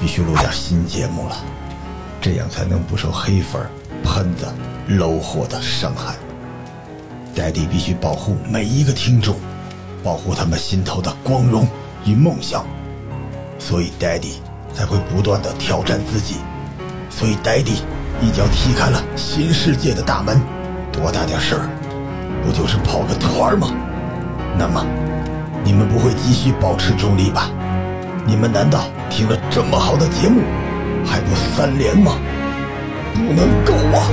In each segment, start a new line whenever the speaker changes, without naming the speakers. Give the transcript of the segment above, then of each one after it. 必须录点新节目了，这样才能不受黑粉、喷子、low 货的伤害。戴迪必须保护每一个听众，保护他们心头的光荣与梦想，所以戴迪才会不断的挑战自己，所以戴迪一脚踢开了新世界的大门。多大点事儿，不就是跑个团儿吗？那么，你们不会继续保持中立吧？你们难道听了这么好的节目，还不三连吗？不能够啊！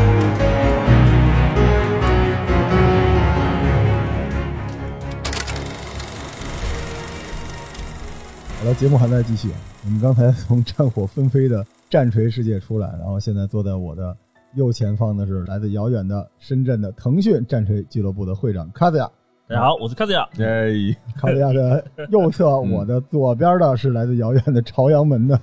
好了，节目还在继续。我们刚才从战火纷飞的战锤世界出来，然后现在坐在我的右前方的是来自遥远的深圳的腾讯战锤俱乐部的会长卡子亚。
大家好，我是卡子亚。
哎，
卡地亚的右侧，我的左边的是来自遥远的朝阳门的，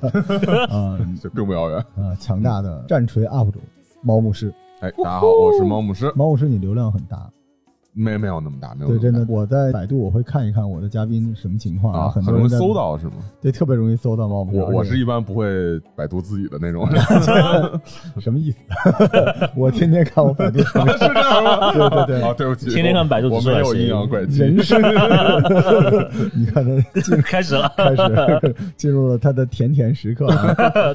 啊
这并不遥远。
啊，强大的战锤 UP 主猫牧师。
哎，大家好，我是猫牧师，
猫牧师，你流量很大，
没没有那么大，没有那
对，
么大
真的，我在百度我会看一看我的嘉宾什么情况
啊，
很
很
多
容
人
易
在
搜，到是吗？
对，特别容易搜到猫牧师。
我我
而且
是一般不会百度自己的 那种人，
什么意思？我天天看我百度， 对对对
啊，对不起，
天天看百度
我
知
没
道
有
谁
阴阳怪气，
人生，你看他进
开始了，
开始进入了他的甜甜时刻 啊。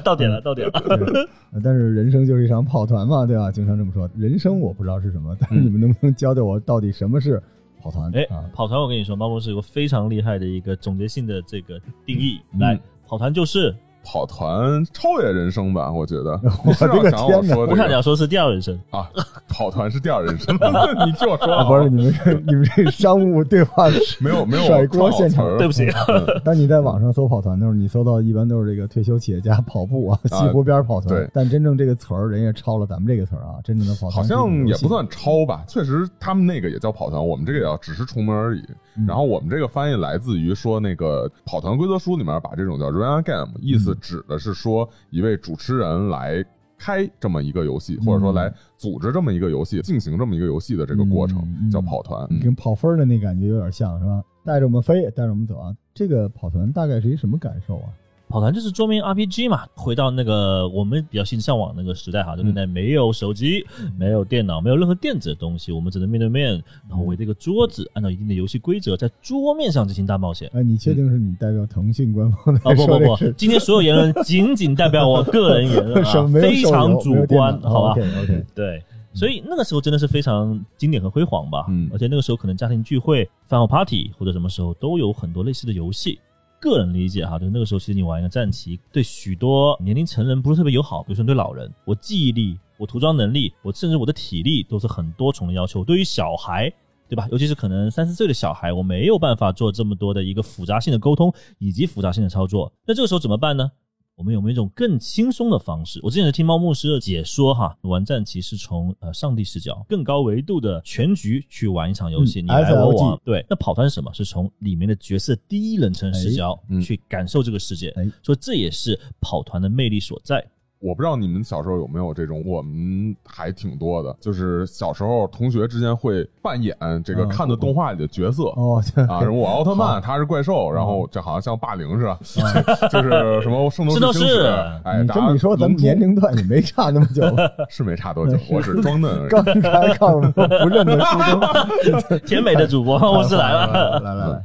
到点了，到点了。
对，呃但是人生就是一场跑团嘛，对吧？经常这么说，人生我不知道是什么，但是
嗯
你们能不能教教我到底什么是跑团？
哎
啊，，
跑团，我跟你说，猫博士有个非常厉害的一个总结性的这个定义。
嗯
来，跑团就是
跑团超越人生吧，我觉得。
我
你是
这个
要想我
天哪
说
我
这
想
个
讲说是第二人生，
啊，跑团是第二人生， 你听我说
啊
啊，
不是你们这你们这商务对话是
没有没有
甩
我
锅
创好
现
词
场
儿，
对不起，
嗯
当你在网上搜跑团的时候，你搜到一般都是这个退休企业家跑步啊，西湖边跑团。
对
但真正这个词儿，人也抄了咱们这个词儿啊，真正的跑团
好
是一种
像也
游戏
不算超吧，确实他们那个也叫跑团，我们这个也要只是出门而已。
嗯
然后我们这个翻译来自于说那个跑团规则书里面把这种叫 run a game，意
嗯
思指的是说一位主持人来开这么一个游戏，
嗯
或者说来组织这么一个游戏，进行这么一个游戏的这个过程、
嗯嗯
叫跑团。
跟跑分儿的那感觉有点像，是吧？带着我们飞，带着我们走啊！这个跑团大概是一什么感受啊？
跑团就是桌面 RPG 嘛。回到那个我们比较心向往那个时代
嗯
哈，对不对？没有手机，没有电脑，没有任何电子的东西，我们只能面对面，
嗯
然后围着一个桌子，按照一定的游戏规则，在桌面上进行大冒险。
哎，你确定是你代表腾讯官方
啊
来
不
哎说
不
这
不
事，？
今天所有言论仅仅代表我个人言论
什
啊
么，没有
非
手
常
游没
主
有电
观，
脑哦
好吧？
？OK OK，
对，所以那个时候真的是非常经典和辉煌吧。
嗯
而且那个时候可能家庭聚会、饭后 party 或者什么时候都有很多类似的游戏。个人理解哈，就是那个时候其实你玩一个战棋，对许多年龄成人不是特别友好，比如说对老人，我记忆力、我涂装能力、我甚至我的体力都是很多重的要求。对于小孩，对吧？尤其是可能三四岁的小孩，我没有办法做这么多的一个复杂性的沟通以及复杂性的操作，那这个时候怎么办呢？我们有没有一种更轻松的方式？我之前是听猫牧师的解说哈，玩战棋是从呃上帝视角、更高维度的全局去玩一场游戏，
嗯
你来我
FLG
往。对，那跑团是什么？是从里面的角色第一人称视角
嗯
去感受这个世界，
哎
所以这也是跑团的魅力所在。
我不知道你们小时候有没有这种，我们还挺多的，就是小时候同学之间会扮演这个
嗯
看的动画里的角色。
哦，嗯这
啊，什么我奥特曼，他是怪兽，然后这好像像霸凌似
嗯
的， 就是什么圣斗
圣斗
士星矢
士，
哎，
你
大
嗯这
家
么一说，咱们
龙珠
年龄段也没差那么久吧。
是没差多久，我是装嫩而已。
刚才看我们不认得初 中，
甜美的主 播，我是来了。
来来来，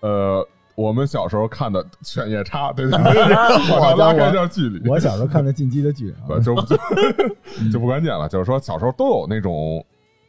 呃，我们小时候看的《犬夜叉》，对对对，好像拉开一下距离。
我小时候看的《进击的巨人》
呃
啊，
就就就不关键了，就是说小时候都有那种，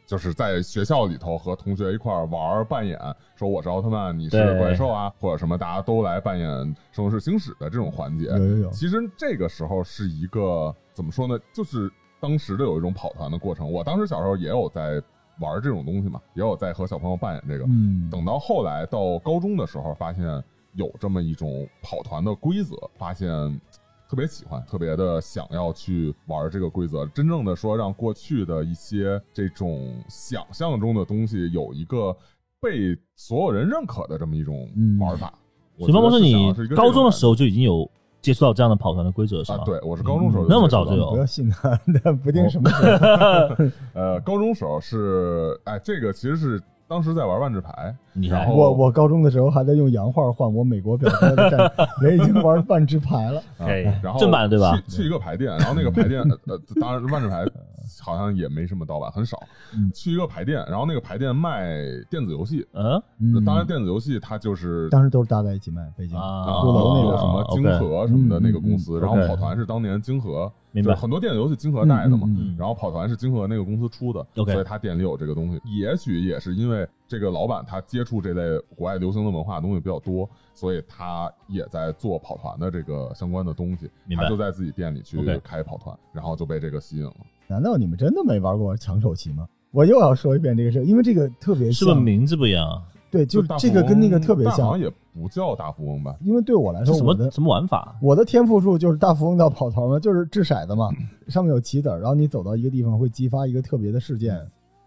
就是在学校里头和同学一块儿玩儿扮演，说我是奥特曼，你是
对
怪兽啊，或者什么，大家都来扮演《圣斗士星矢》的这种环节。
有有有，
其实这个时候是一个怎么说呢？就是当时的有一种跑团的过程。我当时小时候也有在玩这种东西嘛，也有在和小朋友扮演这个。
嗯，
等到后来到高中的时候，发现有这么一种跑团的规则，发现特别喜欢，特别的想要去玩这个规则。真正的说，让过去的一些这种想象中的东西有一个被所有人认可的这么一种
嗯
玩法。我
所以猫博
觉
士，
得是想
你
要是一个这种
高中的时候
感
就已经有接触到这样的跑团的规则是
觉
吗？
啊，对，我是高中时候
那么
接
早
触到
就
的
有哦
不要信他， 但不定什么时候
呃，高中时候是，哎，这个其实是当时在玩万智牌，
你
然
还
后
我我高中的时候还在用洋画换我美国表哥的战 士，人已经玩半只 牌了。
啊
哎
然后
正版的对吧
去去一个牌店，然后那个牌店，呃，呃当然万智牌好像也没什么盗版，很少
嗯。
去一个牌店，然后那个牌店卖电子游戏，
嗯
嗯
当然电子游戏它就是
当时都是搭在一起卖，北京。
啊，
啊，
鼓楼那个
有什么晶
OK，
和什么的
哦嗯
那个
嗯
公司，
嗯
然后
OK
跑团是当年晶和，
明白
就是很多电子游戏晶和带的嘛
嗯嗯
嗯，
然后跑团是晶和那个公司出的
OK
所以他店里有这个东西。也许也是因为这个老板他接触这类国外流行的文化的东西比较多，所以他也在做跑团的这个相关的东西
明，白
他就在自己店里去
OK
开跑团，然后就被这个吸引了。
难道你们真的没玩过抢手棋吗？我又要说一遍这个事儿，因为这个特别
是不是
像，
名字不一样啊？
对，就
大富
这个跟那个
翁
特别
但好
像
像。也不叫大富翁吧？
因为对我来
这
说，
什
我的
么什么玩法？
我的天赋树就是大富翁到跑团嘛， 就是掷骰子嘛，上面有棋子儿，然后你走到一个地方会激发一个特别的事件，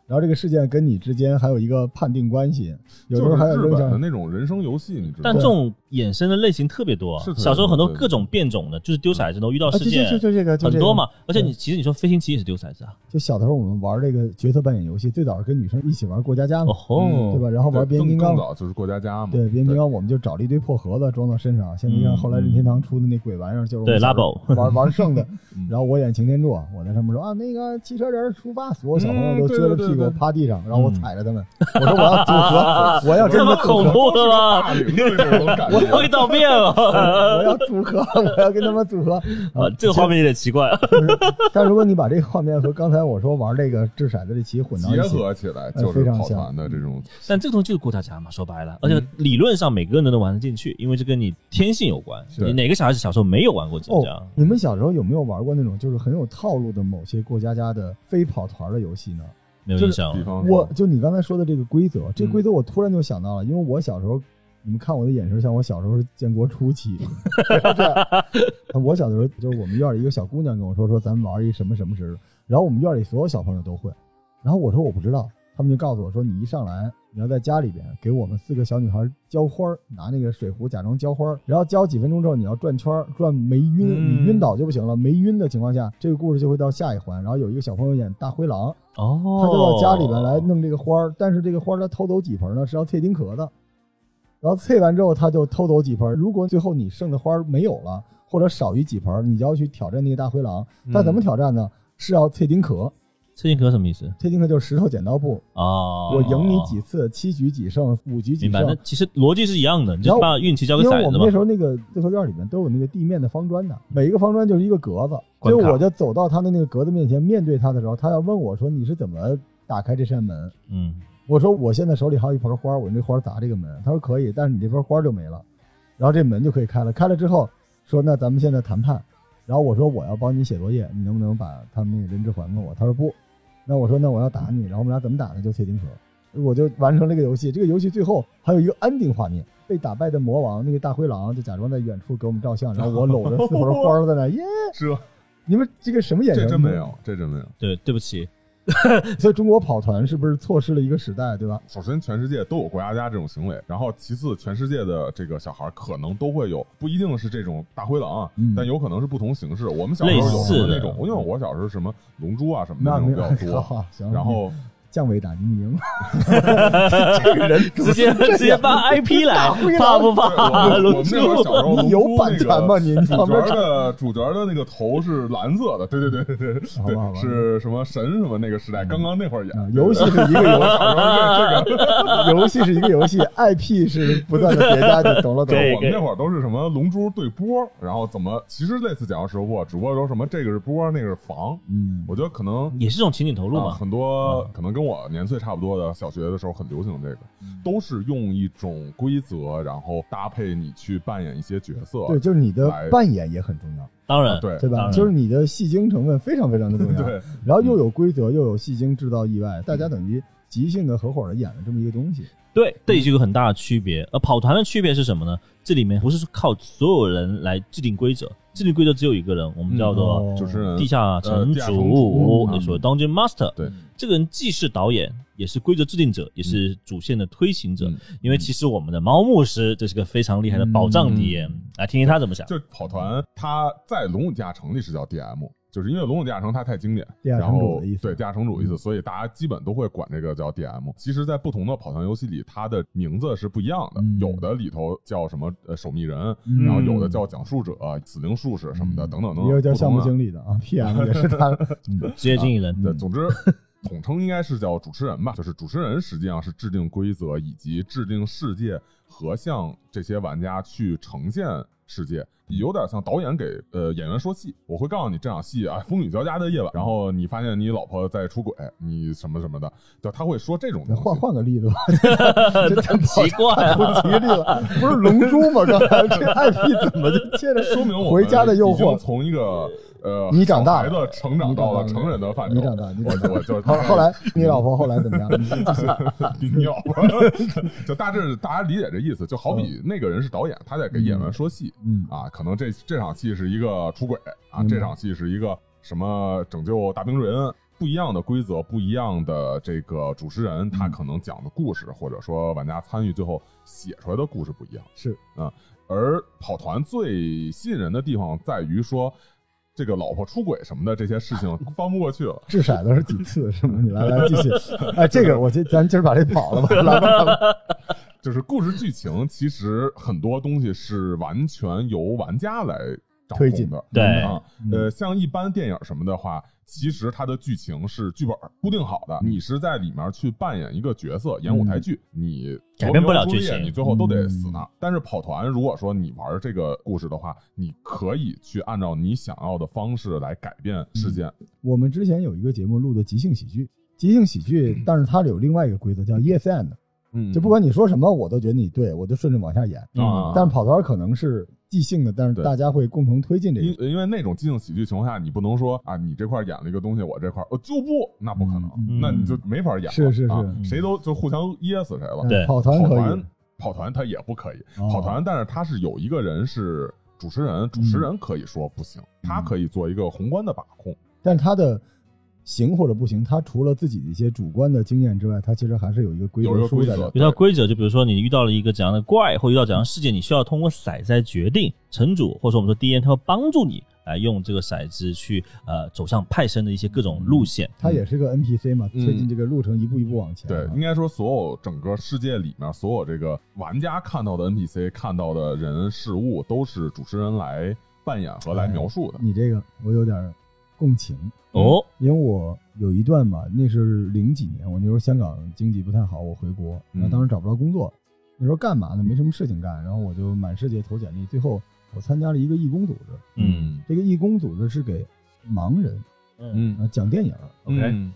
然后这个事件跟你之间还有一个判定关系，有时候还有
就是日
扔
本的
上。
那种人生游戏，你知道
但
吗
这？种衍生的类型特别多啊
是特，别
小时候很多
多对
各种变种的，就是丢骰子，然后遇到
啊，
事
就
件
就就就这个，就
很
这
多
个
嘛。。而且你其实你说飞行棋也是丢骰子啊，
就小的时候我们玩这个角色扮演游戏，最早是跟女生一起玩过家家
哦
嘛，
吼，
对吧？嗯然后玩
对
变
更
形金刚
更，早就是过家家嘛，
对变形金刚，我们就找了一堆破盒子装到身上。像你看
嗯
后来任天堂出的那鬼玩意儿，就是我们
对
小
拉
时候
宝，
玩玩剩的
嗯，
然后我演擎天柱，我在上面说啊，那个汽车人出发，所有小朋友都撅着
嗯对对
屁股
对对嗯
趴地上，然后我踩着他们，我说我要组 合，我要
这
真
么
的
恐怖的
大
吗？
龄的那种 感觉。
味道变了，
我 要组合，我要跟他们 组合。
啊，这个画面有点奇 怪。
就是，但如果你把这个画面和刚才我说玩这个掷骰子这棋混到
结
一起，哦
合起来就是跑团的这种，
但这个东西就是过家家嘛，说
嗯
白了，而且理论上每个人都能玩得进去，因为这跟你天性有关。
是
你哪个小孩子小时候没有玩过过家家
哦？，你们小时候有没有玩过那种就是很有套路的某些过家家的非跑团的游戏呢？
没有印象
比
了。
方
我
说
就你刚才说的这个规则，这
嗯
规则我突然就想到了，因为我小时候，你们看我的眼神像我小时候是建国初期。 这样我小的时候就是我们院里一个小姑娘跟我说说咱们玩一什么什么什么，然后我们院里所有小朋友都会，然后我说我不知道，他们就告诉我说你一上来你要在家里边给我们四个小女孩浇花儿，拿那个水壶假装浇花儿，然后浇几分钟之后你要转圈儿转没晕，
嗯
你晕倒就不行了，没晕的情况下这个故事就会到下一环，然后有一个小朋友演大灰狼。
哦，
他就到家里边来弄这个花儿，但是这个花儿他偷走几盆呢是要退丁壳的，然后退完之后他就偷走几盆，如果最后你剩的花儿没有了或者少于几盆，你就要去挑战那个大灰狼。
嗯
但怎么挑战呢？是要退丁壳，
崔金科什么意思
退丁壳就是石头剪刀布，
啊？
我赢你几次，七局几胜，五局几
明白？那
胜。
其实逻辑是一样的，你
然
就
后
把运气交给
因为
骰
我
子
们那时
嘛。
候那个四合院里面都有那个地面的方砖的，每一个方砖就是一个格子，所
关
以
卡
我就走到他的那个格子面前，面对他的时候，他要问我说你是怎么打开这扇门？
嗯，
我说我现在手里还有一盆花，我用这花砸这个门。他说可以，但是你这盆花就没了，然后这门就可以开了。开了之后说那咱们现在谈判，然后我说我要帮你写作业，你能不能把他们那个人质还给我？他说不，那我说那我要打你，然后我们俩怎么打呢？就铁钉壳，我就完成了这个游戏。这个游戏最后还有一个 ending 画面，被打败的魔王那个大灰狼就假装在远处给我们照相，然后我搂着四盆花 在那耶，
这
你们这个什么眼神？
这真没。有，这真没有。
对，对不 起，
所以中国跑团是不是错失了一个时代，对吧？
首先，全世界都有过家家这种行为，然后其次，全世界的这个小孩可能都会有，不一定是这种大灰狼啊，
嗯
但有可能是不同形式。我们小时候有
类
什
似
么
的
那种，因为我小时候什么龙珠啊什么的
那
那
没
种
有，
比较多。
好行。
然后
降维打击 你赢，
直接直接 发 IP 来
大灰，狼
怕 不怕？
对我我
龙
们那 会
珠
儿小时候
你有版权吗？你你
主角
旁边
的主角的那个头是蓝色的，对对对对对
好吧好
对，
吧
是什么神什么那个时代，刚刚那会儿演
啊游戏是一个游戏， 游戏是一个游戏，IP 是不断的叠加的，懂了懂
对
了。
我
给
们那会儿都是什么龙珠对波，然后怎么其实类似讲到识货，只不过说什么这个是波，那个是防。
嗯，
我觉得可能
也是这种情景投入
啊
嘛。
很多可能跟我年岁差不多的，小学的时候很流行这个，
嗯
都是用一种规则，然后搭配你去扮演一些角色。
对，就是你的
来
扮演也很重要，
当然，
啊对
对
当
吧？
然
就是你的戏精成分非常非常的重要。
对
然后又有规则，又有戏精制造意外，大家等于即兴的合伙的演了这么一个东西。
对，这就有很大的区别。呃，跑团的区别是什么呢？这里面不是靠所有人来制定规则，制定规则只有一个人，我们叫做
哦
主持人
地下城
呃地下城主
主，
嗯
也所谓 Dungeon Master。
对，
嗯
这个人既是导演，也是规则制定者，也是主线的推行者
嗯。
因为其实我们的猫牧师，这是个非常厉害
嗯
的宝藏 DM，来听听他怎么想。
就跑团，它在《龙武地下城》里是叫 DM，就是因为《龙与地下城》它太经典，
地下城
然后
主的意思嗯
对地下城主的意思，所以大家基本都会管这个叫 DM。其实，在不同的跑团游戏里，它的名字是不一样的，
嗯
有的里头叫什么呃守密人，
嗯
然后有的叫讲述者、死灵术士什么的，等等等等。
也有叫
不
项
同的
目经理的啊，PM 也是他， 嗯
职业经理人，
对，总 之统称应该是叫主持人吧，就是主持人实际上是制定规则以及制定世界和向这些玩家去呈现世界，有点像导演给呃演员说戏，我会告诉你这场戏啊风雨交加的夜晚，然后你发现你老婆在出轨，你什么什么的，就他会说这种东
那
西。
换换个例 子吧，
这很奇怪
不
啊！
吉利了，不是龙珠吗？刚才这 IP 怎么就接着
说明我们
回家的诱
已经
惑？
从一个呃
你长大
小孩
了
子成长到了
你长大了
成人的范畴，
你长大，你长大，
我就
后后来你老婆后来怎么样？
你你老婆，就大致大家理解这意思，就好比那个人是导演，他在给演员说戏
嗯
啊，可能这这场戏是一个出轨啊，
明白
这场戏是一个什么拯救大兵瑞恩。不一样的规则，不一样的这个主持人，他可能讲的故事，或者说玩家参与最后写出来的故事不一样。
是
而跑团最吸引人的地方在于说，这个老婆出轨什么的这些事情翻不过去了。
掷骰子是几次？是吗？你来来继续。哎，这个我今咱今儿把这跑了吧，来吧，来吧
就是故事剧情，其实很多东西是完全由玩家来掌
推进嗯
控的。
对
啊，呃，像一般电影什么的话，其实它的剧情是剧本固定好
嗯
的，你是在里面去扮演一个角色，演舞台剧，你
改变不了
罗密欧与
剧
朱丽叶
情
你最后都得死
嗯
那儿。但是跑团，如果说你玩这个故事的话，你可以去按照你想要的方式来改变事
嗯
件。
我们之前有一个节目录的即兴喜剧，即兴喜剧，但是它有另外一个规则叫 yes and，
嗯
就不管你说什么，我都觉得你对，我就顺着往下演。
啊，
但是跑团可能是即兴的，但是
对
大家会共同推进这
因
个。
因为那种即兴喜剧情况下，你不能说啊，你这块演了一个东西，我这块我就不，那不可能，
嗯
嗯
那你就没法演了。
是是是
啊，谁都就互相噎死谁了。
对
嗯跑团
跑
可
团
以，
跑团他也不可以，
哦嗯
跑团但是他是有一个人是主持人，主持人可以说不行，他可以做一个宏观的把控。
但是他的行或者不行，他除了自己的一些主观的经验之外，他其实还是有一个规
有一
则
个
书
规
在
则
的。
有条规则，就比如说你遇到了一个怎样的怪，或遇到怎样的事件，你需要通过骰子来决定。城主或者说我们说 DM 他会帮助你来用这个骰子去呃走向派生的一些各种路线。
他也是个 NPC 嘛，
嗯
推进这个路程一步一步往前。啊
对，应嗯该说所有整个世界里面所有这个玩家看到的 NPC 看到的人事物，都是主持人来扮演和来描述的。
你这个我有点共情，
哦，
因为我有一段嘛，那是零几年，我那时候香港经济不太好，我回国，
嗯
那当时找不着工作，那时候干嘛呢？没什么事情干，然后我就满世界投简历，最后我参加了一个义工组织，
嗯
这个义工组织是给盲人
嗯
啊讲电影，
，OK，
嗯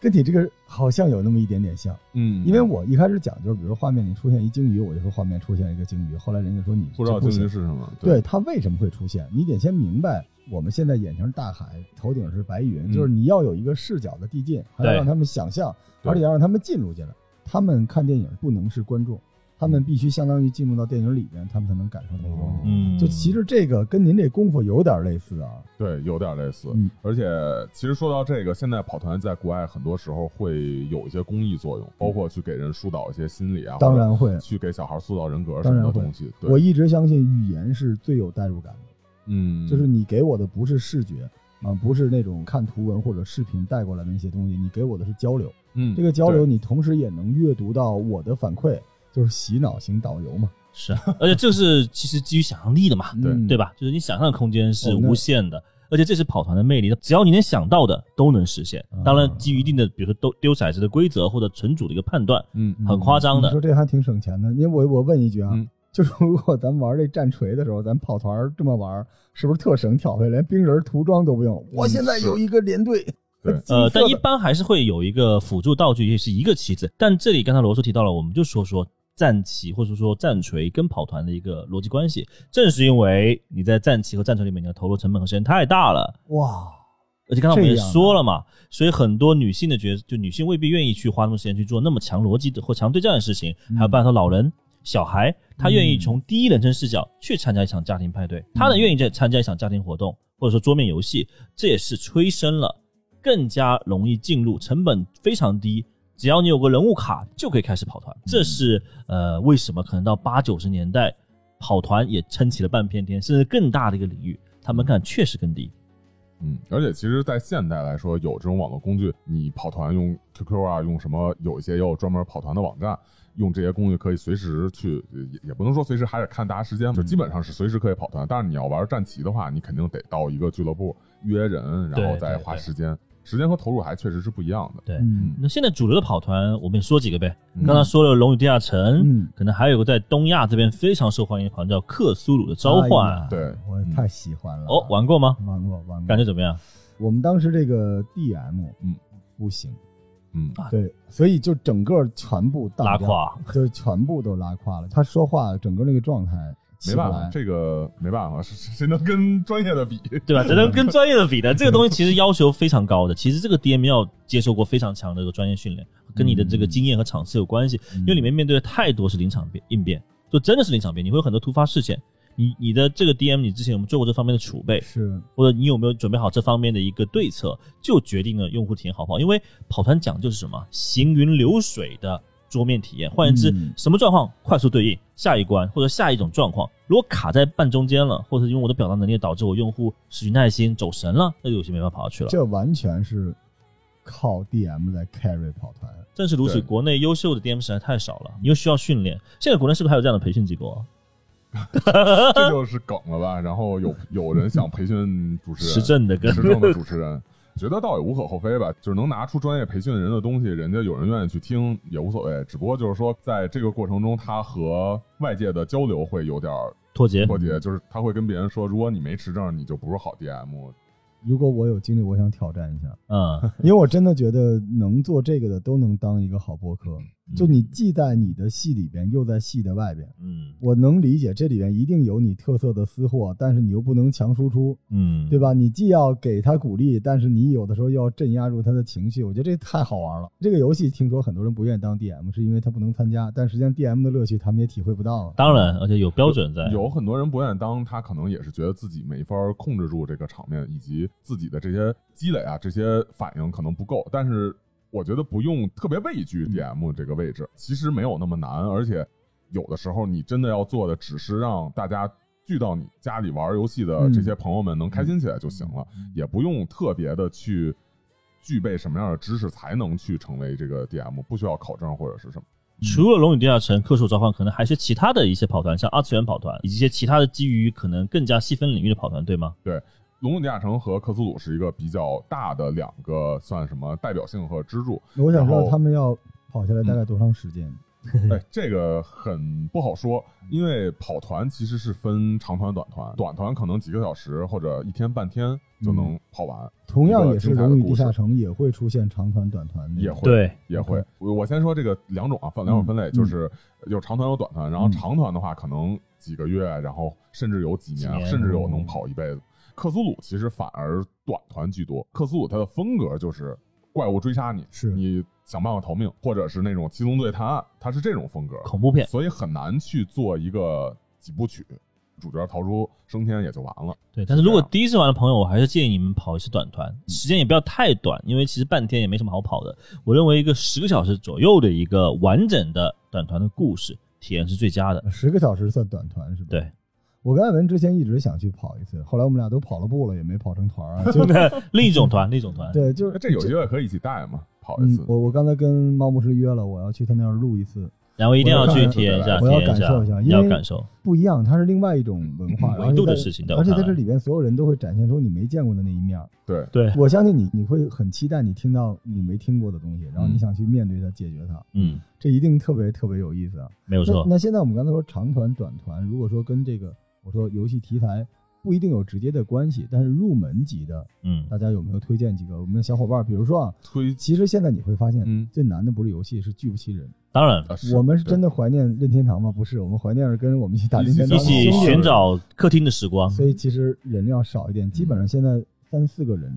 跟你这个好像有那么一点点像，
嗯，
因为我一开始讲就是，比如画面里出现一鲸鱼，我就说画面出现一个鲸鱼，后来人家说你
不知道鲸
这不行
鱼是什么。
对它为什么会出现，你得先明白，我们现在眼前是大海，头顶是白云，
嗯
就是你要有一个视角的递进，还要
对
让他们想象，
对
而且要让他们进入进来。他们看电影不能是观众，他们必须相当于进入到电影里边，他们才能感受到那个东西。
嗯，
就其实这个跟您这功夫有点类似啊，
对，有点类似。
嗯
而且，其实说到这个，现在跑团在国外很多时候会有一些公益作用，包括去给人疏导一些心理啊，
当然会
或者去给小孩塑造人格什
当
么
然
的
会
东西。对，
我一直相信语言是最有代入感的。
嗯，
就是你给我的不是视觉
嗯
啊，不是那种看图文或者视频带过来的那些东西，你给我的是交流。
嗯，
这个交
对
流，你同时也能阅读到我的反馈，就是洗脑型导游嘛，
是，嗯而且这是其实基于想象力的嘛，
对
嗯
对？吧？就是你想象的空间是
哦那
无限的，而且这是跑团的魅力，只要你能想到的都能实现
啊。
当然，基于一定的，比如说丢丢骰子的规则或者城主的一个判断，
嗯
很夸张
你说
的。
这还挺省钱的，因为我我问一句啊
嗯，
就是如果咱玩这战锤的时候，咱跑团儿这么玩，是不是特省挑费，连兵人涂装都不用？我现在
嗯
有一个连队，
对
金色的
呃，但一般还是会有一个辅助道具，也是一个棋子。但这里刚才罗叔提到了，我们就说说战旗或者说战锤跟跑团的一个逻辑关系。正是因为你在战旗和战锤里面，你的投入成本和时间太大了，
哇，
而且刚才我们也
这样啊
说了嘛，所以很多女性的角就女性未必愿意去花那么多时间去做那么强逻辑的或强对战的事情，
嗯
还有包括老人、小孩，她愿意从第一人称视角去参加一场家庭派
嗯
对，她呢愿意在参加一场家庭活动或者说桌面游戏，这也是催生了更加容易进入，成本非常低。只要你有个人物卡，就可以开始跑团。
嗯
这是呃，为什么可能到八九十年代，跑团也撑起了半片天，甚至更大的一个领域，它门槛确实更低。
嗯，而且其实，在现代来说，有这种网络工具，你跑团用 QQ 啊，用什么，有一些也有专门跑团的网站，用这些工具可以随时去，也也不能说随时，还得看大家时间，就基本上是随时可以跑团。但是你要玩战棋的话，你肯定得到一个俱乐部约人，然后
对
再
对
花
对
时间，时间和投入还确实是不一样的。
对，
嗯
那现在主流的跑团，我们也说几个呗。
嗯
刚才说了《龙与地下城》，
嗯
可能还有一个在东亚这边非常受欢迎的团叫《克苏鲁的召唤啊嗯
哎呀》。
对，
我太喜欢了。
哦，玩过吗？
玩过玩过
感觉。怎么样？
我们当时这个 DM，
嗯，
不行，
嗯，
对，所以就整个全部荡
拉
掉，
胯。
就全部都拉胯了。他说话整个那个状态起
没
不
办法
来，，
这个没办法，是是谁能跟专业的比？
对吧？这能跟专业的比的，这个东西其实要求非常高的。其实这个 DM 要接受过非常强的这个专业训练，跟你的
嗯
这个经验和场次有关系，因为里面面对的太多是临场变应变，就真的是临场变，你会有很多突发事件。你你的这个 DM，你之前有没有做过这方面的储备？
是
或者你有没有准备好这方面的一个对策，就决定了用户体验好不好。因为跑团讲究是什么？行云流水的桌面体验。换言之
嗯，
什么状况快速对应下一关或者下一种状况。如果卡在半中间了，或者因为我的表达能力导致我用户失去耐心走神了，那就有些没办法跑下去了。
这完全是靠 DM 在 carry 跑团。
正是如此，
对
国内优秀的 DM 实在太少了，你又需要训练。现在国内是不是还有这样的培训机构啊？
这就是梗了吧？然后有有人想培训主持 人，
实证的跟
时政的主持人，觉得倒也无可厚非吧，就是能拿出专业培训人的东西，人家有人愿意去听也无所谓。只不过就是说，在这个过程中，他和外界的交流会有点儿
脱节
脱节，就是他会跟别人说，如果你没持证，你就不是好 DM。
如果我有精力，我想挑战一下，
嗯，
因为我真的觉得能做这个的都能当一个好播客。就你既在你的戏里边，又在戏的外边。
嗯
我能理解这里边一定有你特色的私货，但是你又不能强输出，
嗯，
对？吧？你既要给他鼓励，但是你有的时候又要镇压住他的情绪，我觉得这太好玩了。这个游戏听说很多人不愿意当 DM，是因为他不能参加，但实际上 DM 的乐趣他们也体会不到了。
当然，而且有标准在。
有很多人不愿意当，他可能也是觉得自己没法控制住这个场面，以及自己的这些积累啊，这些反应可能不够。但是我觉得不用特别畏惧 DM 这个位置，其实没有那么难，而且有的时候你真的要做的只是让大家。聚到你家里玩游戏的这些朋友们能开心起来就行了，也不用特别的去具备什么样的知识才能去成为这个 DM，不需要考证或者是什么。
除了《龙与地下城》《克数召唤》，可能还是其他的一些跑团，像二次元跑团，以及一些其他的基于可能更加细分领域的跑团，对吗？
《龙与地下城》和《克苏鲁》是一个比较大的两个算什么代表性和支柱。
那我想
然
知道
后嗯
他们要跑下来大概多长时间？
哎，这个很不好说，因为跑团其实是分长团、短团，短团可能几个小时或者一天半天就能跑完，
嗯同样也是《龙
一个
与地
精彩
下
的故事
城》也会出现长团、短团那种，
也会
对
也会
OK。
我我先说这个两种啊，分两种分类，
嗯
就是有长团有短团，然后
嗯
长团的话可能几个月，然后甚至有几
几
年，
年
甚至有能跑一辈子。克苏鲁其实反而短团居多，克苏鲁它的风格就是怪物追杀你，
是
你想办法逃命，或者是那种七宗罪探案，它是这种风格，
恐怖片。
所以很难去做一个几部曲，主角逃出升天也就完了。
对，但是如果第一次玩的朋友，我还是建议你们跑一次短团，时间也不要太短，因为其实半天也没什么好跑的。我认为一个十个小时左右的一个完整的短团的故事体验是最佳的。
十个小时算短团是吧？
对，
我跟艾文之前一直想去跑一次，后来我们俩都跑了步了，也没跑成团 啊。就
另一种团，另一种团，
对，就是
那这有机会可以一起带嘛，跑一
嗯
次，。
我我刚才跟猫牧师约了，我要去他那儿录一次，
然后一定要去体验一下，体
我要
验
感受一下，
下，
因
你
为
要感受。
不一样，它是另外一种文化
嗯
然后
维度
就在
的事情在我
而且在
看来
这里边，所有人都会展现出你没见过的那一面儿。
对，
对，
我相信你，你会很期待你听到你没听过的东西，然后你想去面对它、解决它，
嗯，
这一定特别特别有意思啊。
没有错
那。那现在我们刚才说长团、短团，如果说跟这个我说游戏题材不一定有直接的关系，但是入门级的，
嗯，
大家有没有推荐几个？我们的小伙伴，比如说啊，
推
其实现在你会发现，
嗯
最难的不是游戏，是聚不齐人。
当然，
啊
我们是真
的
的怀念任天堂吗？不是，我们怀念是跟我们一起打任天堂
一
的
起
兄弟
寻找客厅的时光。
所以其实人要少一点，基本上现在三四个人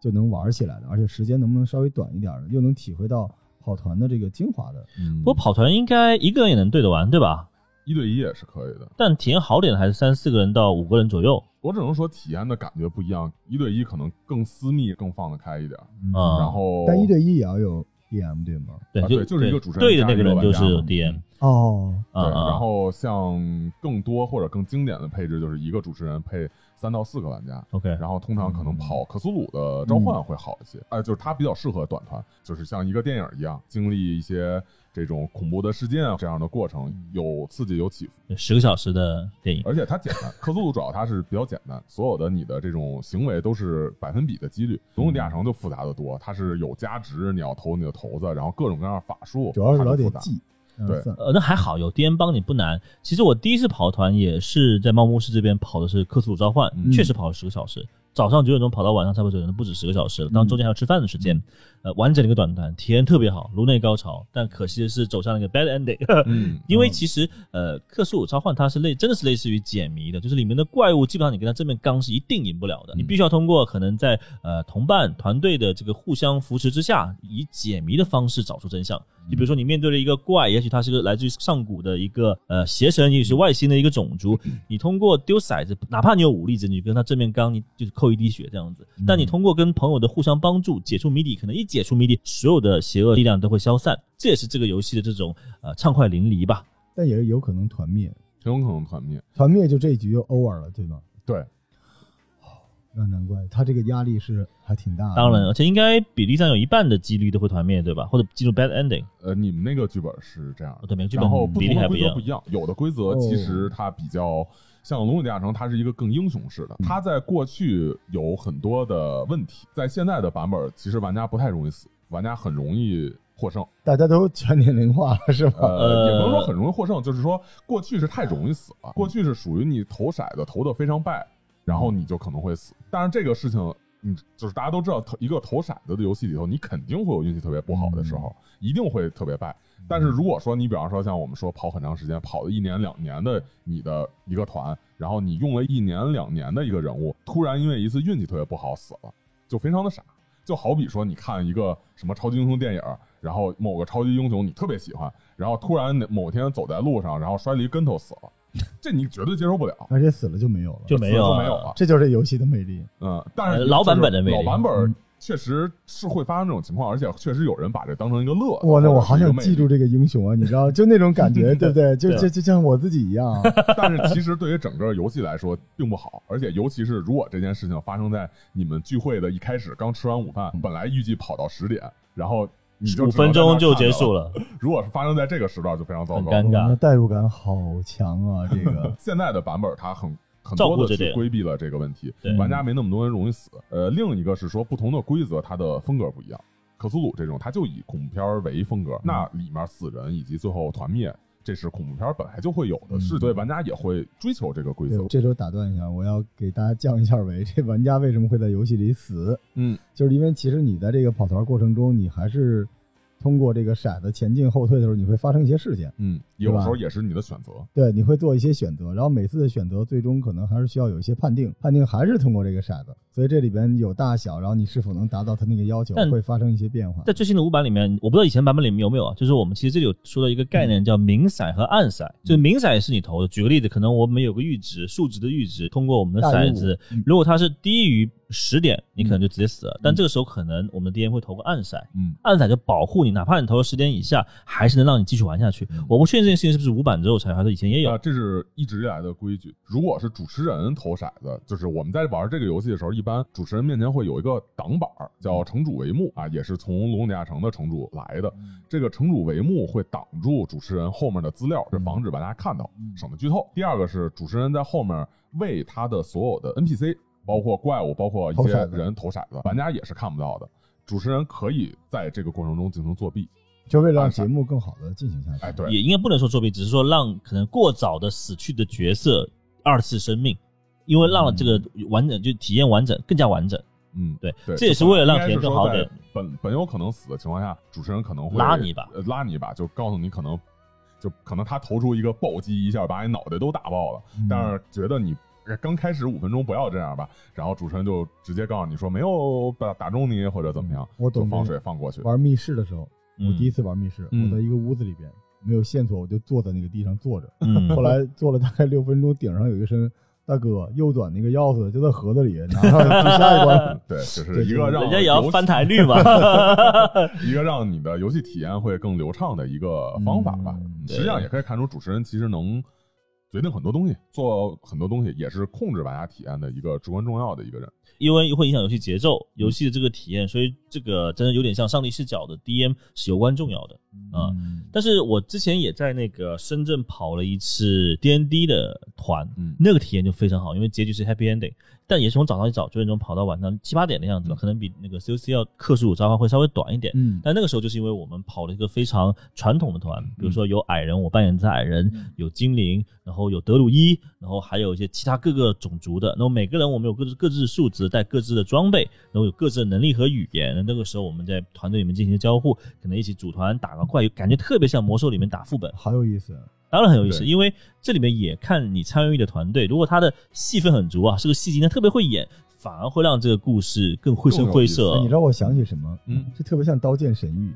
就能玩起来的，而且时间能不能稍微短一点的，又能体会到跑团的这个精华的。
嗯
不过跑团应该一个人也能对得完，对吧？
一对一也是可以的。
但体验好点的还是三四个人到五个人左右
我只能说体验的感觉不一样，一对一可能更私密、更放得开一点。
啊。
嗯然后，
嗯但一对一也要有 DM 对吗？
对
啊
就
对就是一个主持人
对的
加
那
一
个
个
人
玩
就是
家嘛嗯
DM
哦，
对，
啊啊。
然后像更多或者更经典的配置，就是一个主持人配三到四个玩家，
OK，
然后通常可能跑克苏鲁的召唤会好一些，哎、就是它比较适合短团，就是像一个电影一样，经历一些这种恐怖的事件啊这样的过程，有刺激有起伏，
十个小时的电影，
而且它简单。克苏鲁主要它是比较简单，所有的你的这种行为都是百分比的几率。龙与
嗯
地下城就复杂的多，它是有加值，你要投你的骰子，然后各种各样的法术，
主要是
它
老
都
得
复杂。
记。嗯
对
算
呃，那还好，有 DM 帮你不难。其实我第一次跑团也是在猫牧师这边跑的是克苏鲁召唤，
嗯
确实跑了十个小时，早上九点钟跑到晚上差不多九点钟，不止十个小时了。当然中间还有吃饭的时
嗯
间，呃，完整的一个短团，体验特别好，颅内高潮。但可惜的是走向了一个 bad ending，
嗯，
因为其实呃，克苏鲁召唤它是类真的是类似于解谜的，就是里面的怪物基本上你跟它正面刚是一定赢不了
嗯
的，你必须要通过可能在呃同伴团队的这个互相扶持之下，以解谜的方式找出真相。
嗯
就比如说你面对了一个怪，也许它是个来自于上古的一个呃邪神，也许是外星的一个种族，
嗯
你通过丢骰子，哪怕你有武力值，你跟它正面刚，你就是扣一滴血这样子。
嗯
但你通过跟朋友的互相帮助，解除谜底，可能一解除谜底，所有的邪恶力量都会消散。这也是这个游戏的这种呃畅快淋漓吧。
但也有可能团灭，
很有可能团灭。
团灭就这一局就 over 了，对吗？
对，
那难怪他这个压力是还挺
嗯
大的。
当然，而且应该比例上有一半的几率都会团灭，对吧？或者进入 bad ending。哦
呃，你们那个剧本是这样的，
对每个剧本
然后不
比
同
例还
的
不一
规则
样哦
不一样，有的规则其实它比较像《龙与地下城》，它是一个更英雄式的，
嗯
它在过去有很多的问题，在现在的版本，其实玩家不太容易死，玩家很容易获胜，
大家都全年龄化了，是吧？
呃，
呃
也不能说很容易获胜，就是说过去是太容易死了，过去是属于你投骰子投的非常败，然后你就可能会死。但是这个事情，你就是大家都知道，投一个投骰子的游戏里头，你肯定会有运气特别不好的时候，一定会特别败。但是如果说你比方说像我们说跑很长时间，跑了一年两年的你的一个团，然后你用了一年两年的一个人物，突然因为一次运气特别不好死了，就非常的傻。就好比说，你看一个什么超级英雄电影，然后某个超级英雄你特别喜欢，然后突然某天走在路上，然后摔了一跟头死了， 这你绝对接受不了，
而且死了就没有了，
就没有
就
啊
没有了。
这就是这游戏的魅力。
嗯，但是
呃
就是
老版本的魅力嗯
老版本确实是会发生这种情况，而且确实有人把这当成一个乐子。
哇，那我好
或者是一
想
个魅力
记住这个英雄啊，你知道，就那种感 觉，对不对？就
对啊
就就像我自己一样，啊
但是其实对于整个游戏来说并不好，而且尤其是如果这件事情发生在你们聚会的一开始，刚吃完午饭，本来预计跑到十点，然后你就
五
只
分
能在那
钟
儿
就
看着
结束
了。
了，
如果是发生在这个时段，就非常糟
很
糕。
尴
哇那
尬。
代入感好强啊！这 个
现在的版本它很很
照顾
多的
这
去
点
规避了这个问题
对，
玩家没那么多人容易死。呃，另一个是说不同的规则它的风格不一样，克苏鲁这种它就以恐怖片儿为风
嗯
格，那里面死人以及最后团灭。这是恐怖片儿本来就会有的
嗯
事，所以玩家也会追求这个规则
对，。这时候打断一下，我要给大家降一下维，这玩家为什么会在游戏里死？
嗯，
就是因为其实你在这个跑团过程中，你还是通过这个骰子前进后退的时候，你会发生一些事情，
嗯，有时候也是你的选择。
对，你会做一些选择，然后每次的选择最终可能还是需要有一些判定，判定还是通过这个骰子，所以这里边有大小，然后你是否能达到它那个要求，
但
会发生一些变化。
在最新的五版里面，我不知道以前版本里面有没有啊，就是我们其实这里有说到一个概
嗯
念叫明骰和暗骰，就是明骰是你投的。举个例子，可能我们有个阈值，数值的阈值，通过我们的
大于
骰
五
子，如果它是低于十点，你可能就直接死了。但这个时候可能我们的 DM 会投个暗骰，
嗯，
暗骰就保护你，哪怕你投了十点以下，还是能让你继续玩下去。我不确定这件事情是不是五版之后才有，还是以
哎
前也有
嗯啊，。这是一直以来的规矩。如果是主持人投骰子，就是我们在玩这个游戏的时候，一般主持人面前会有一个挡板儿，叫城主帷幕啊，也是从《龙与地下城》的城主来的。
嗯
这个城主帷幕会挡住主持人后面的资料，
嗯
这防止玩家看到，省得剧透。第二个是主持人在后面为他的所有的 NPC，包括怪物，包括一
投
些
骰子
人投骰子，玩家也是看不到的。主持人可以在这个过程中进行作弊。
就为了让节目更好的进行下去。
哎，对，
也应该不能说作弊，只是说让可能过早的死去的角色二次生命，因为让了这个完整就体验完整更加完整。
嗯，
对，
对，
这也是
就
为了让
应
体
该
验
是
更
说
好
在
的。
本本有可能死的情况下，主持人可能会
拉你一把
呃拉你一把，就告诉你可能就可能他投出一个暴击，一下把你脑袋都打爆了，
嗯
但是觉得你。呃刚开始五分钟不要这样吧，然后主持人就直接告诉你说没有打打中你或者怎么样，
我
嗯
懂
就放
这
水
个
放过去。
玩密室的时候，我第一次玩密室，
嗯
我在一个屋子里边没有线索，我就坐在那个地上坐着。
嗯，
后来坐了大概六分钟，顶上有一个声音：“大哥，右转那个钥匙就在盒子里，拿上去下 一关。
嗯对，就
对
是一个让
人家也要
游戏
翻台率 嘛。
一个让你的游戏体验会更流畅的一个方法吧。
嗯
实际上也可以看出，主持人其实能决定很多东西，做很多东西，也是控制玩家体验的一个至关重要的一个人。
因为会影响游戏节奏、游戏的这个体验，所以这个真的有点像上帝视角的 DM 是有关重要的。啊
嗯
但是我之前也在那个深圳跑了一次 D N D 的团，
嗯
那个体验就非常好，因为结局是 happy ending，但也是从早上一早九点钟跑到晚上七八点的样子吧，
嗯
可能比那个 C O C 要克数召唤会稍微短一点。
嗯
但那个时候就是因为我们跑了一个非常传统的团，
嗯
比如说有矮人，我扮演的是矮人，有精灵，然后有德鲁伊，然后还有一些其他各个种族的。然后每个人我们有各自各自的数值，带各自的装备，然后有各自的能力和语言。那个时候我们在团队里面进行交互，可能一起组团打个怪，感觉特别像魔兽里面打副本。
好有意思，
当然很有意思，
对
因为这里面也看你参与的团队，如果他的戏份很足啊，是个戏精，他特别会演，反而会让这个故事更绘声绘
更
哎
色
你。知道我想起什么？
嗯
这特别像《刀剑神域》。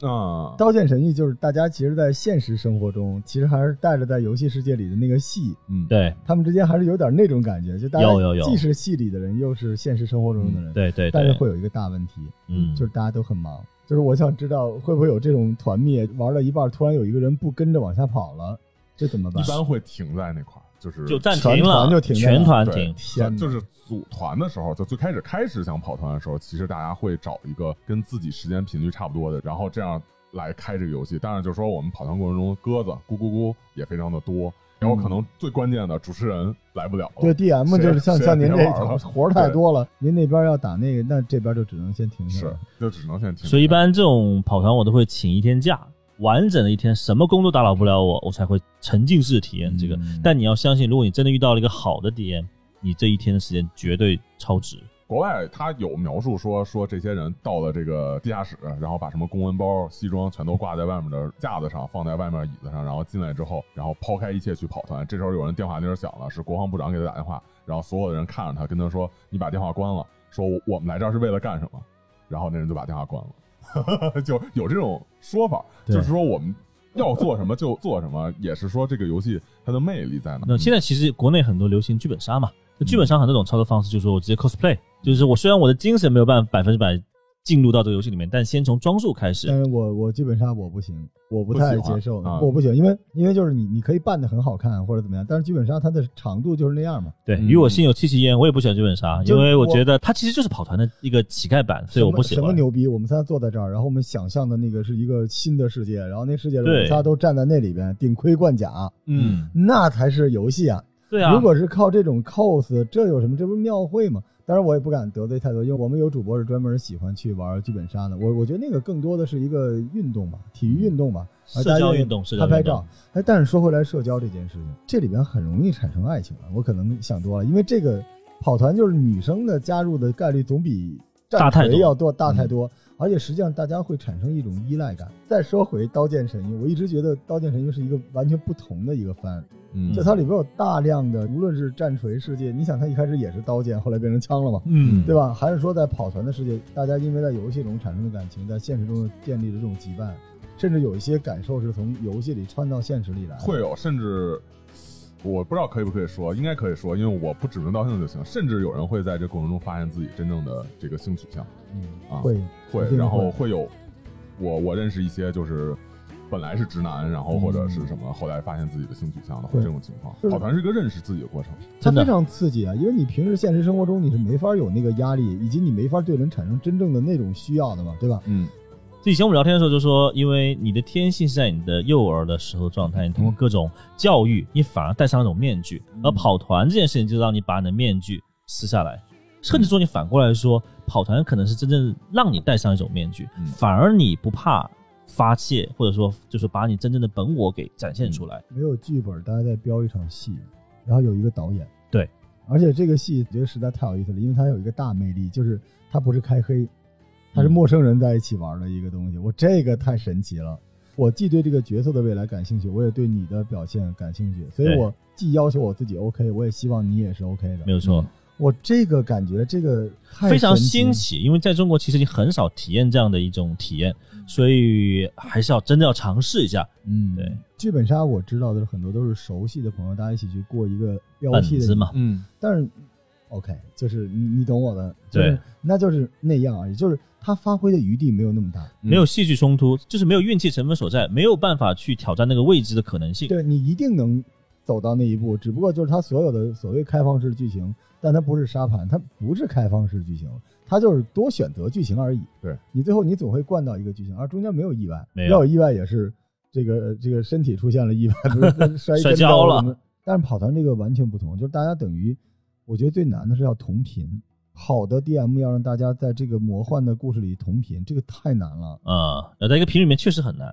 啊
《刀剑神域》就是大家其实，在现实生活中，其实还是带着在游戏世界里的那个戏，
嗯，
对
他们之间还是有点那种感觉，就大家
有有有
既是戏里的人，又是现实生活中的人。
对对
但是
对，
会有一个大问题，
嗯，
就是大家都很忙。就是我想知道，会不会有这种团灭，玩到一半，突然有一个人不跟着往下跑了，这怎么办
一？般会停在那块儿，就是
就暂
全
停
团
了，
就停了
全团
对
停。
天哪
就是组团的时候，就最开始开始想跑团的时候，其实大家会找一个跟自己时间频率差不多的，然后这样来开这个游戏。但是就是说我们跑团过程中，鸽子咕咕咕也非常的多，然
嗯
后可能最关键的主持人来不了了，
对 DM 就是像
谁
像您
谁
这
玩了
活儿太多了，您那边要打那个，那这边就只能先停下
是
来。
就只能先停。
所以一般这种跑团我都会请一天假，完整的一天，什么工作打扰不了我，我才会沉浸式体验这个。
嗯
但你要相信，如果你真的遇到了一个好的 DM，你这一天的时间绝对超值。
国外他有描述说说这些人到了这个地下室，然后把什么公文包、西装全都挂在外面的架子上，放在外面椅子上，然后进来之后，然后抛开一切去跑团。这时候有人电话铃响了，是国防部长给他打电话，然后所有的人看着他，跟他说：“你把电话关了，说我我们来这儿是为了干什么？”然后那人就把电话关了， 就有这种说法，
对
就是说我们要做什么就做什么，也是说这个游戏它的魅力在哪。
那现在其实国内很多流行剧本杀嘛，那剧本杀很多种操作方式，就是说我直接 cosplay，就是我虽然我的精神没有办法百分之百进入到这个游戏里面，但先从装束开始。
但是我我基本上我不行，我不
不
太
喜欢
接受，
啊
我不行，因为因为就是你你可以扮的很好看或者怎么样，但是剧本杀它的长度就是那样嘛，
对，
嗯
与我心有戚戚焉，我也不喜欢剧本杀，
就
因为我
我
觉得它其实就是跑团的一个乞丐版，所以我不喜
什么
欢。
牛逼？我们仨坐在这儿，然后我们想象的那个是一个新的世界，然后那世界里我
对
们仨都站在那里边顶盔贯甲，
嗯，
那才是游戏啊！
对啊，
如果是靠这种 cos，这有什么？这不是庙会吗？当然，我也不敢得罪太多，因为我们有主播是专门喜欢去玩剧本杀的。我我觉得那个更多的是一个运动吧，体育运动吧，
嗯
啊
社
大家
交
愿意
运动社交
拍拍
运动
照。哎，但是说回来，社交这件事情，这里边很容易产生爱情啊。我可能想多了，因为这个跑团就是女生的加入的概率总比
大太多嗯
战锤要多大太多，而且实际上大家会产生一种依赖感。再说回《刀剑神域》，我一直觉得《刀剑神域》是一个完全不同的一个番。
嗯
就它里边有大量的，无论是战锤世界，你想它一开始也是刀剑，后来变成枪了嘛，
嗯，
对吧？还是说在跑团的世界，大家因为在游戏中产生的感情，在现实中建立的这种羁绊，甚至有一些感受是从游戏里穿到现实里来的。
会有，甚至我不知道可以不可以说，应该可以说，因为我不指名道姓就行。甚至有人会在这过程中发现自己真正的这个性取向，啊，
嗯会一定
会，
会
然后会有我我认识一些就是本来是直男，然后或者是什么，后来发现自己的性取向的，会
对
这种情况
就。是
跑团是一个认识自己的过程，
它
真的
非常刺激啊，因为你平时现实生活中你是没法有那个压力，以及你没法对人产生真正的那种需要的嘛，对吧？
嗯，
就以前我们聊天的时候就说，因为你的天性是在你的幼儿的时候状态，你通过各种教育，你反而戴上了那种面具，
嗯
而跑团这件事情就让你把你的面具撕下来，甚至说你反过来说，跑团可能是真正让你戴上一种面具
嗯，
反而你不怕发泄，或者说就是把你真正的本我给展现出来。
没有剧本，大家在标一场戏，然后有一个导演。
对，
而且这个戏我觉得实在太有意思了，因为它有一个大魅力，就是它不是开黑，
嗯
它是陌生人在一起玩的一个东西。我这个太神奇了。我既对这个角色的未来感兴趣，我也对你的表现感兴趣，所以
对
我既要求我自己 OK，我也希望你也是 OK 的。
没有错，
我这个感觉，这个嗯太
非常
神奇
新
了
奇，因为在中国其实你很少体验这样的一种体验，所以还是要真的要尝试一下。
嗯，
对，
剧本杀我知道的是很多都是熟悉的朋友，大家一起去过一个标
本
题的
子嘛，
嗯，
但是 OK，就是你你懂我的，就是
对，
那就是那样而已，就是他发挥的余地没有那么大。
嗯
没有戏剧冲突，就是没有运气成分所在，没有办法去挑战那个未知的可能性。
对你一定能走到那一步，只不过就是它所有的所谓开放式剧情，但它不是沙盘，它不是开放式剧情，它就是多选择剧情而已。
对
你最后你总会灌到一个剧情，而中间没有意外，
没有
要有意外也是这个这个身体出现了意外，比 如摔一
摔
跟
跤
头
了
什么。但是跑团这个完全不同，就是大家等于，我觉得最难的是要同频。好的 DM 要让大家在这个魔幻的故事里同频，这个太难了。
啊、呃，在一个频率里面确实很难，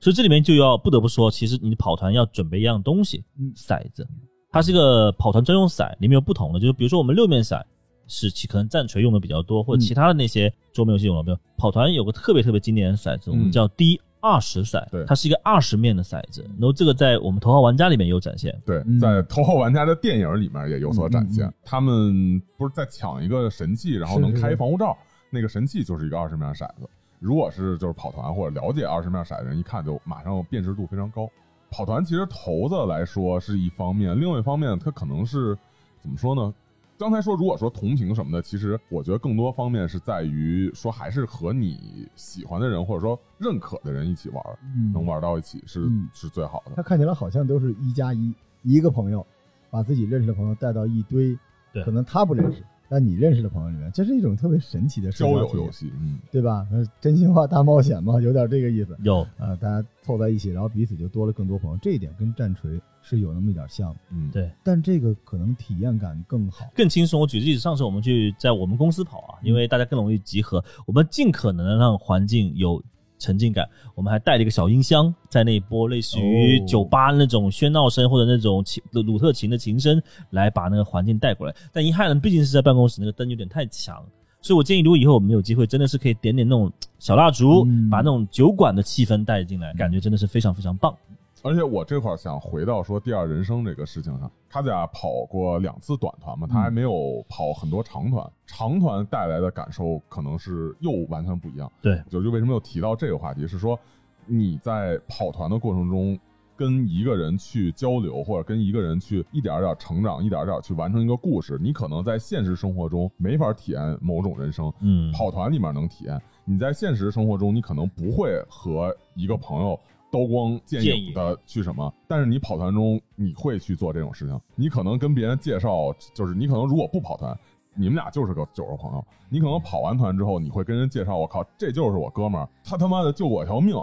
所以这里面就要不得不说，其实你跑团要准备一样东西，
嗯
骰子，它是一个跑团专用骰，里面有不同的，就是比如说我们六面骰是其可能战锤用的比较多，
嗯
或者其他的那些桌面游戏用的，比如跑团有个特别特别经典的骰子，我们
嗯
叫 D 二十骰
对，
它是一个二十面的骰子，然后这个在我们头号玩家里面也有展现，
对，
嗯
在《头号玩家》的电影里面也有所展现。
嗯嗯
他们不是在抢一个神器，然后
是
能
是
开
是
防护罩，那个神器就是一个二十面骰子。如果是就是跑团或者了解二十面骰的人，一看就马上辨识度非常高。跑团其实骰子来说是一方面，另外一方面它可能是怎么说呢？刚才说如果说同屏什么的，其实我觉得更多方面是在于说还是和你喜欢的人或者说认可的人一起玩儿，
嗯
能玩到一起是、
嗯
是最好的。
他看起来好像都是一加一，一个朋友把自己认识的朋友带到一堆，
对
可能他不认识，但你认识的朋友里面，这是一种特别神奇的社
交
交
友
体验
游，戏，嗯。
对吧？呃真心话大冒险嘛，有点这个意思
有
啊、大家凑在一起，然后彼此就多了更多朋友，这一点跟战锤是有那么一点像的，
嗯，
对。
但这个可能体验感更好。
更轻松。我举个例子，上次我们去在我们公司跑
嗯
啊，因为大家更容易集合，我们尽可能地让环境有沉浸感。我们还带了一个小音箱，在那一波类似于
哦
酒吧那种喧闹声或者那种琴鲁鲁特琴的琴声，来把那个环境带过来。但遗憾呢，毕竟是在办公室，那个灯有点太强。所以，我建议，如果以后我们有机会，真的是可以点点那种小蜡烛，
嗯
把那种酒馆的气氛带进来，感觉真的是非常非常棒。
而且我这块儿想回到说第二人生这个事情上，卡甲跑过两次短团嘛，
嗯
他还没有跑很多长团，长团带来的感受可能是又完全不一样。
对，
就是为什么又提到这个话题，是说你在跑团的过程中。跟一个人去交流，或者跟一个人去一点儿点儿成长，一点儿点儿去完成一个故事，你可能在现实生活中没法体验某种人生，
嗯，
跑团里面能体验。你在现实生活中，你可能不会和一个朋友刀光剑影的去什么，但是你跑团中你会去做这种事情。你可能跟别人介绍，就是你可能如果不跑团，你们俩就是个酒肉朋友。你可能跑完团之后，你会跟人介绍，我靠，这就是我哥们儿，他他妈的救我一条命，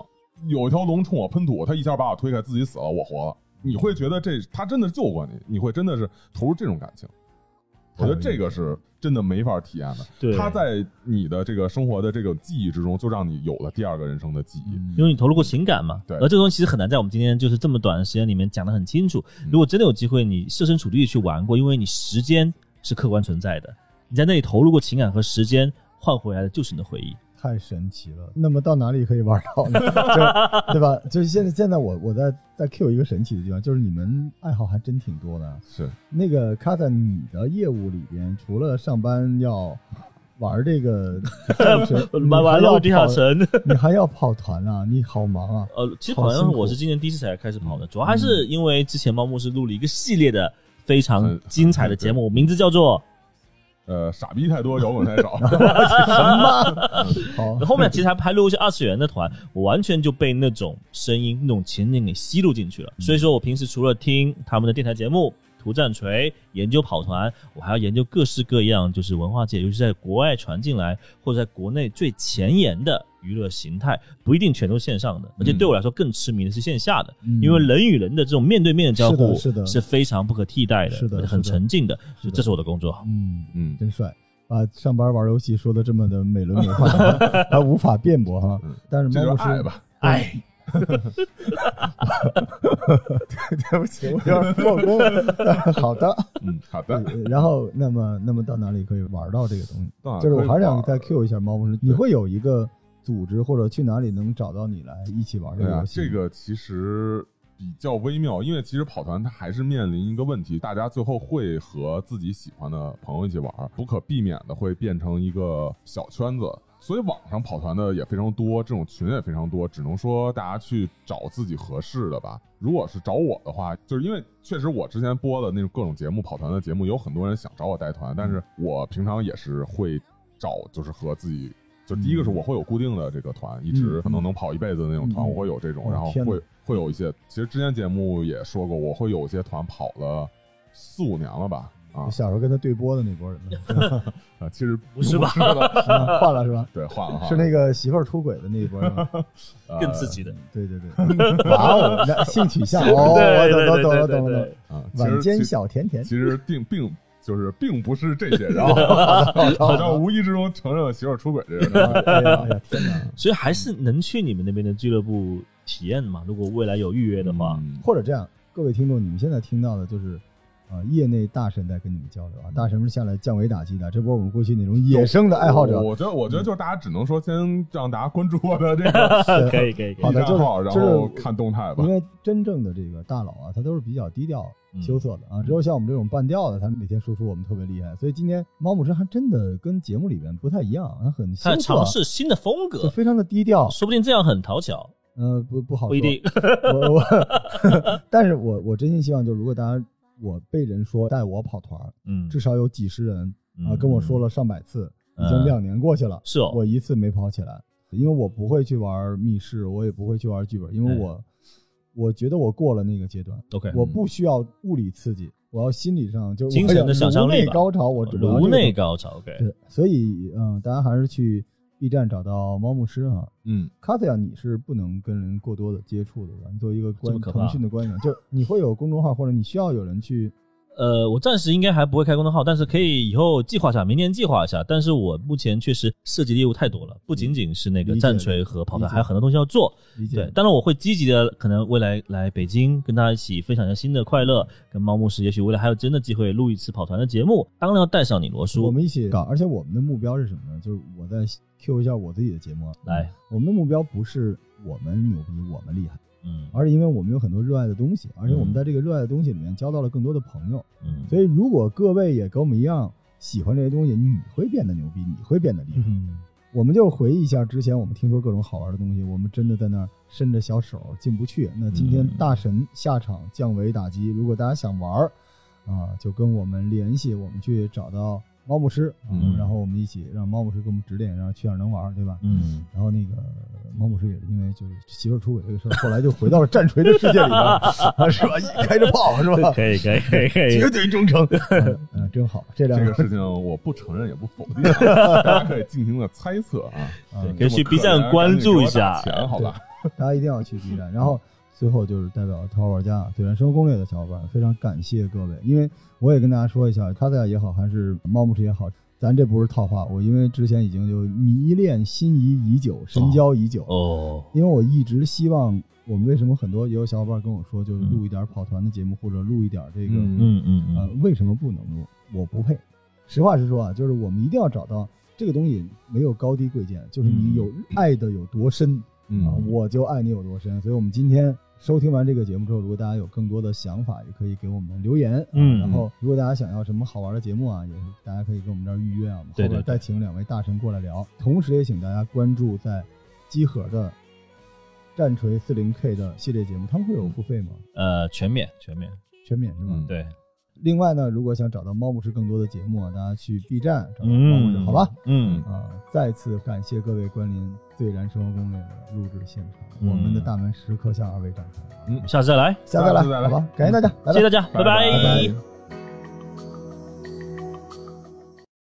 有一条龙冲我喷吐，他一下把我推开，自己死了，我活了。你会觉得这他真的救过你，你会真的是投入这种感情。我觉得这个是真的没法体验的。
对
它在你的这个生活的这个记忆之中，就让你有了第二个人生的记忆。
因为你投入过情感嘛。
对
而这个东西其实很难在我们今天就是这么短的时间里面讲得很清楚。
嗯
如果真的有机会，你设身处地地去玩过，因为你时间是客观存在的，你在那里投入过情感和时间，换回来的就是你的回忆。
太神奇了！那么到哪里可以玩到呢？ 就对吧？就是现在，现在我我在在 Q 一个神奇的地方，就是你们爱好还真挺多的。啊
是
那个卡在你的业务里边，除了上班要玩 这个战神，你
玩
还
玩
要
陆地下
跑，
城，
你还要跑团啊？你好忙啊！
呃，其实
好
好像
辛苦
我是今年第一次才开始跑
嗯
的，主要还是因为之前猫牧师录了一个系列的非常
很
精彩的节目，名字叫做
呃，傻逼太多，摇滚太少。
好，
后面其实还还录一些二次元的团，我完全就被那种声音、那种情景给吸入进去了。所以说我平时除了听他们的电台节目、涂战锤、研究跑团，我还要研究各式各样，就是文化界，尤其在国外传进来或者在国内最前沿的娱乐形态，不一定全都线上的。而且对我来说更痴迷的是线下的，
嗯
因为人与人的这种面对面的交互
是的是的
非常不可替代的，
是的
而且很
是的
沉浸的。
是的
这是我的工作。
嗯，
嗯，
真帅。把上班玩游戏说的这么的美轮美奂，啊还无法辩驳哈
嗯。
但是
这
猫
就
牧
是
师
爱吧。
哎，
对不起，我 有点做工。 好 的，
嗯，好的。
然后那么那么到哪里可以玩到这个东西？
那
就是我还是想
可以
再
玩
Q 一下猫牧师，你会有一个组织或者去哪里能找到你来一起玩这
对
个
啊
游，戏？
这个其实比较微妙，因为其实跑团它还是面临一个问题，大家最后会和自己喜欢的朋友一起玩，不可避免的会变成一个小圈子。所以网上跑团的也非常多，这种群也非常多，只能说大家去找自己合适的吧。如果是找我的话，就是因为确实我之前播的那种各种节目跑团的节目，有很多人想找我带团，但是我平常也是会找就是和自己。就第一个是我会有固定的这个团，一直
嗯
可能能跑一辈子的那种团，
嗯
我会有这种，
哦
然后
天哪
会会有一些，其实之前节目也说过，我会有一些团跑了四五年了吧，啊
小时候跟他对播的那拨人呢，
啊，其实
不是吧
不的
啊 换了是吧？
对，换了哈，
是那个媳妇儿出轨的那一波人吗，
呃
哎更刺激的，
对 对对，哇哦，那性取向哦，我
对对对
懂了懂了
对
懂
对
了懂了
对，，
啊，其实
晚间
其
小甜甜
其，实并并就是并不是 这些，然后好像无意之中承认了媳妇儿出轨这个
哎
事
呀
儿。
哎呀天哪！
所以还是能去你们那边的俱乐部体验嘛？如果未来有预约的话，
嗯
或者这样，各位听众，你们现在听到的就是，呃，业内大神在跟你们交流啊，大神们下来降维打击的，这波我们过去那种野生的爱好者
我。我觉得，我觉得就是大家只能说先让大家关注我的这个
嗯对
可以可以可以
好，的
账号，
就
然
是
后看动态吧
因。为真正的这个大佬啊，他都是比较低调、
嗯
羞涩的啊。只有像我们这种半吊的，他们每天输出我们特别厉害。所以今天猫牧师还真的跟节目里边不太一样，他很羞
他尝
涩，
试新的风
就
格，
非常的低调。
说不定这样很讨巧，
呃，不不好
不一
说
定。
我 我，但是我我真心希望，就如果大家我被人说带我跑团儿，
嗯，
至少有几十人啊
嗯
跟我说了上百次，已经
嗯
两年过去了，
是哦，
我一次没跑起来，因为我不会去玩密室，我也不会去玩剧本，因为
嗯
我我觉得我过了那个阶段，
OK，
我不需要物理刺激，我要心理上就
嗯
是
精神的想象力
颅内
吧
高潮，我只
颅内高潮，OK，
对，所以嗯，大家还是去 B 站找到猫牧师啊，
嗯，
卡特亚，你是不能跟人过多的接触的吧？你作为一个
这
官
么可怕
腾讯的官员，就是你会有公众号，或者你需要有人去
呃，我暂时应该还不会开公众号，但是可以以后计划一下，明年计划一下。但是我目前确实涉及的业务太多了，不仅仅是那个
理解
战锤和跑
理
团，
解
还有很多东西要做。
理解。
对，当然我会积极的，可能未来来北京跟大家一起分享一下新的快乐，跟猫牧师，也许未来还有真的机会录一次跑团的节目，当然要带上你罗叔。
我们一起搞，而且我们的目标是什么呢？就是我再 Q 一下我自己的节目啊，
来，
我们的目标不是我们牛逼，我们厉害，
嗯
而是因为我们有很多热爱的东西，而且我们
嗯
在这个热爱的东西里面交到了更多的朋友。
嗯，
所以，如果各位也跟我们一样喜欢这些东西，你会变得牛逼，你会变得厉害。
嗯
我们就回忆一下之前我们听说各种好玩的东西，我们真的在那儿伸着小手进不去。那今天
嗯
大神下场降维打击，如果大家想玩儿，啊，就跟我们联系，我们去找到猫牧师，啊
嗯
然后我们一起让猫牧师给我们指点，让去哪儿能玩儿，对吧？
嗯，
然后那个猫牧师也是因为就是媳妇儿出轨这个事儿，后来就回到了战锤的世界里边儿， 啊是吧？一开 着炮是吧？
可以可以可以可以
绝，对忠诚，嗯嗯，真好，这两
这
个
个事情我不承认也不否定 啊，大家可以尽情的猜测啊。
啊
对可以去 B 站关注一下
这么可怜赶紧给我打钱好吧？
大家一定要去 B 站。然后最后就是代表淘宝玩家对战生活攻略的小伙伴，非常感谢各位，因为我也跟大家说一下，卡特也好，还是猫牧师也好，咱这不是套话，我因为之前已经就迷恋、心仪已久、深交已久，
哦，
因为我一直希望我们为什么很多也有小伙伴跟我说，就是录一点跑团的节目，或者录一点这个、
嗯
嗯嗯
呃
嗯，
为什么不能录？我不配。实话实说啊，就是我们一定要找到这个东西没有高低贵贱，就是你
嗯
有爱的有多深，啊
嗯，，
我就爱你有多深。所以，我们今天收听完这个节目之后，如果大家有更多的想法，也可以给我们留言。啊
嗯
然后如果大家想要什么好玩的节目啊，也是大家可以跟我们这儿预约啊，我们后
对对
边
对
再请两位大神过来聊。同时，也请大家关注在机核的战锤四零 K 的系列节目，他们会有付费吗？
呃，全免全免，
全免是吧？
嗯
对，
另外呢，如果想找到猫牧师更多的节目啊，大家去 B 站找到猫牧师，好吧？，
嗯，
啊、再次感谢各位光临《最燃生活攻略》的录制现场，
嗯
我们的大门时刻向二位展开。
下次再来，
嗯下次再来，
下次再来嗯
好吧？感谢大家，拜
谢
拜
谢大。家，拜
拜
拜拜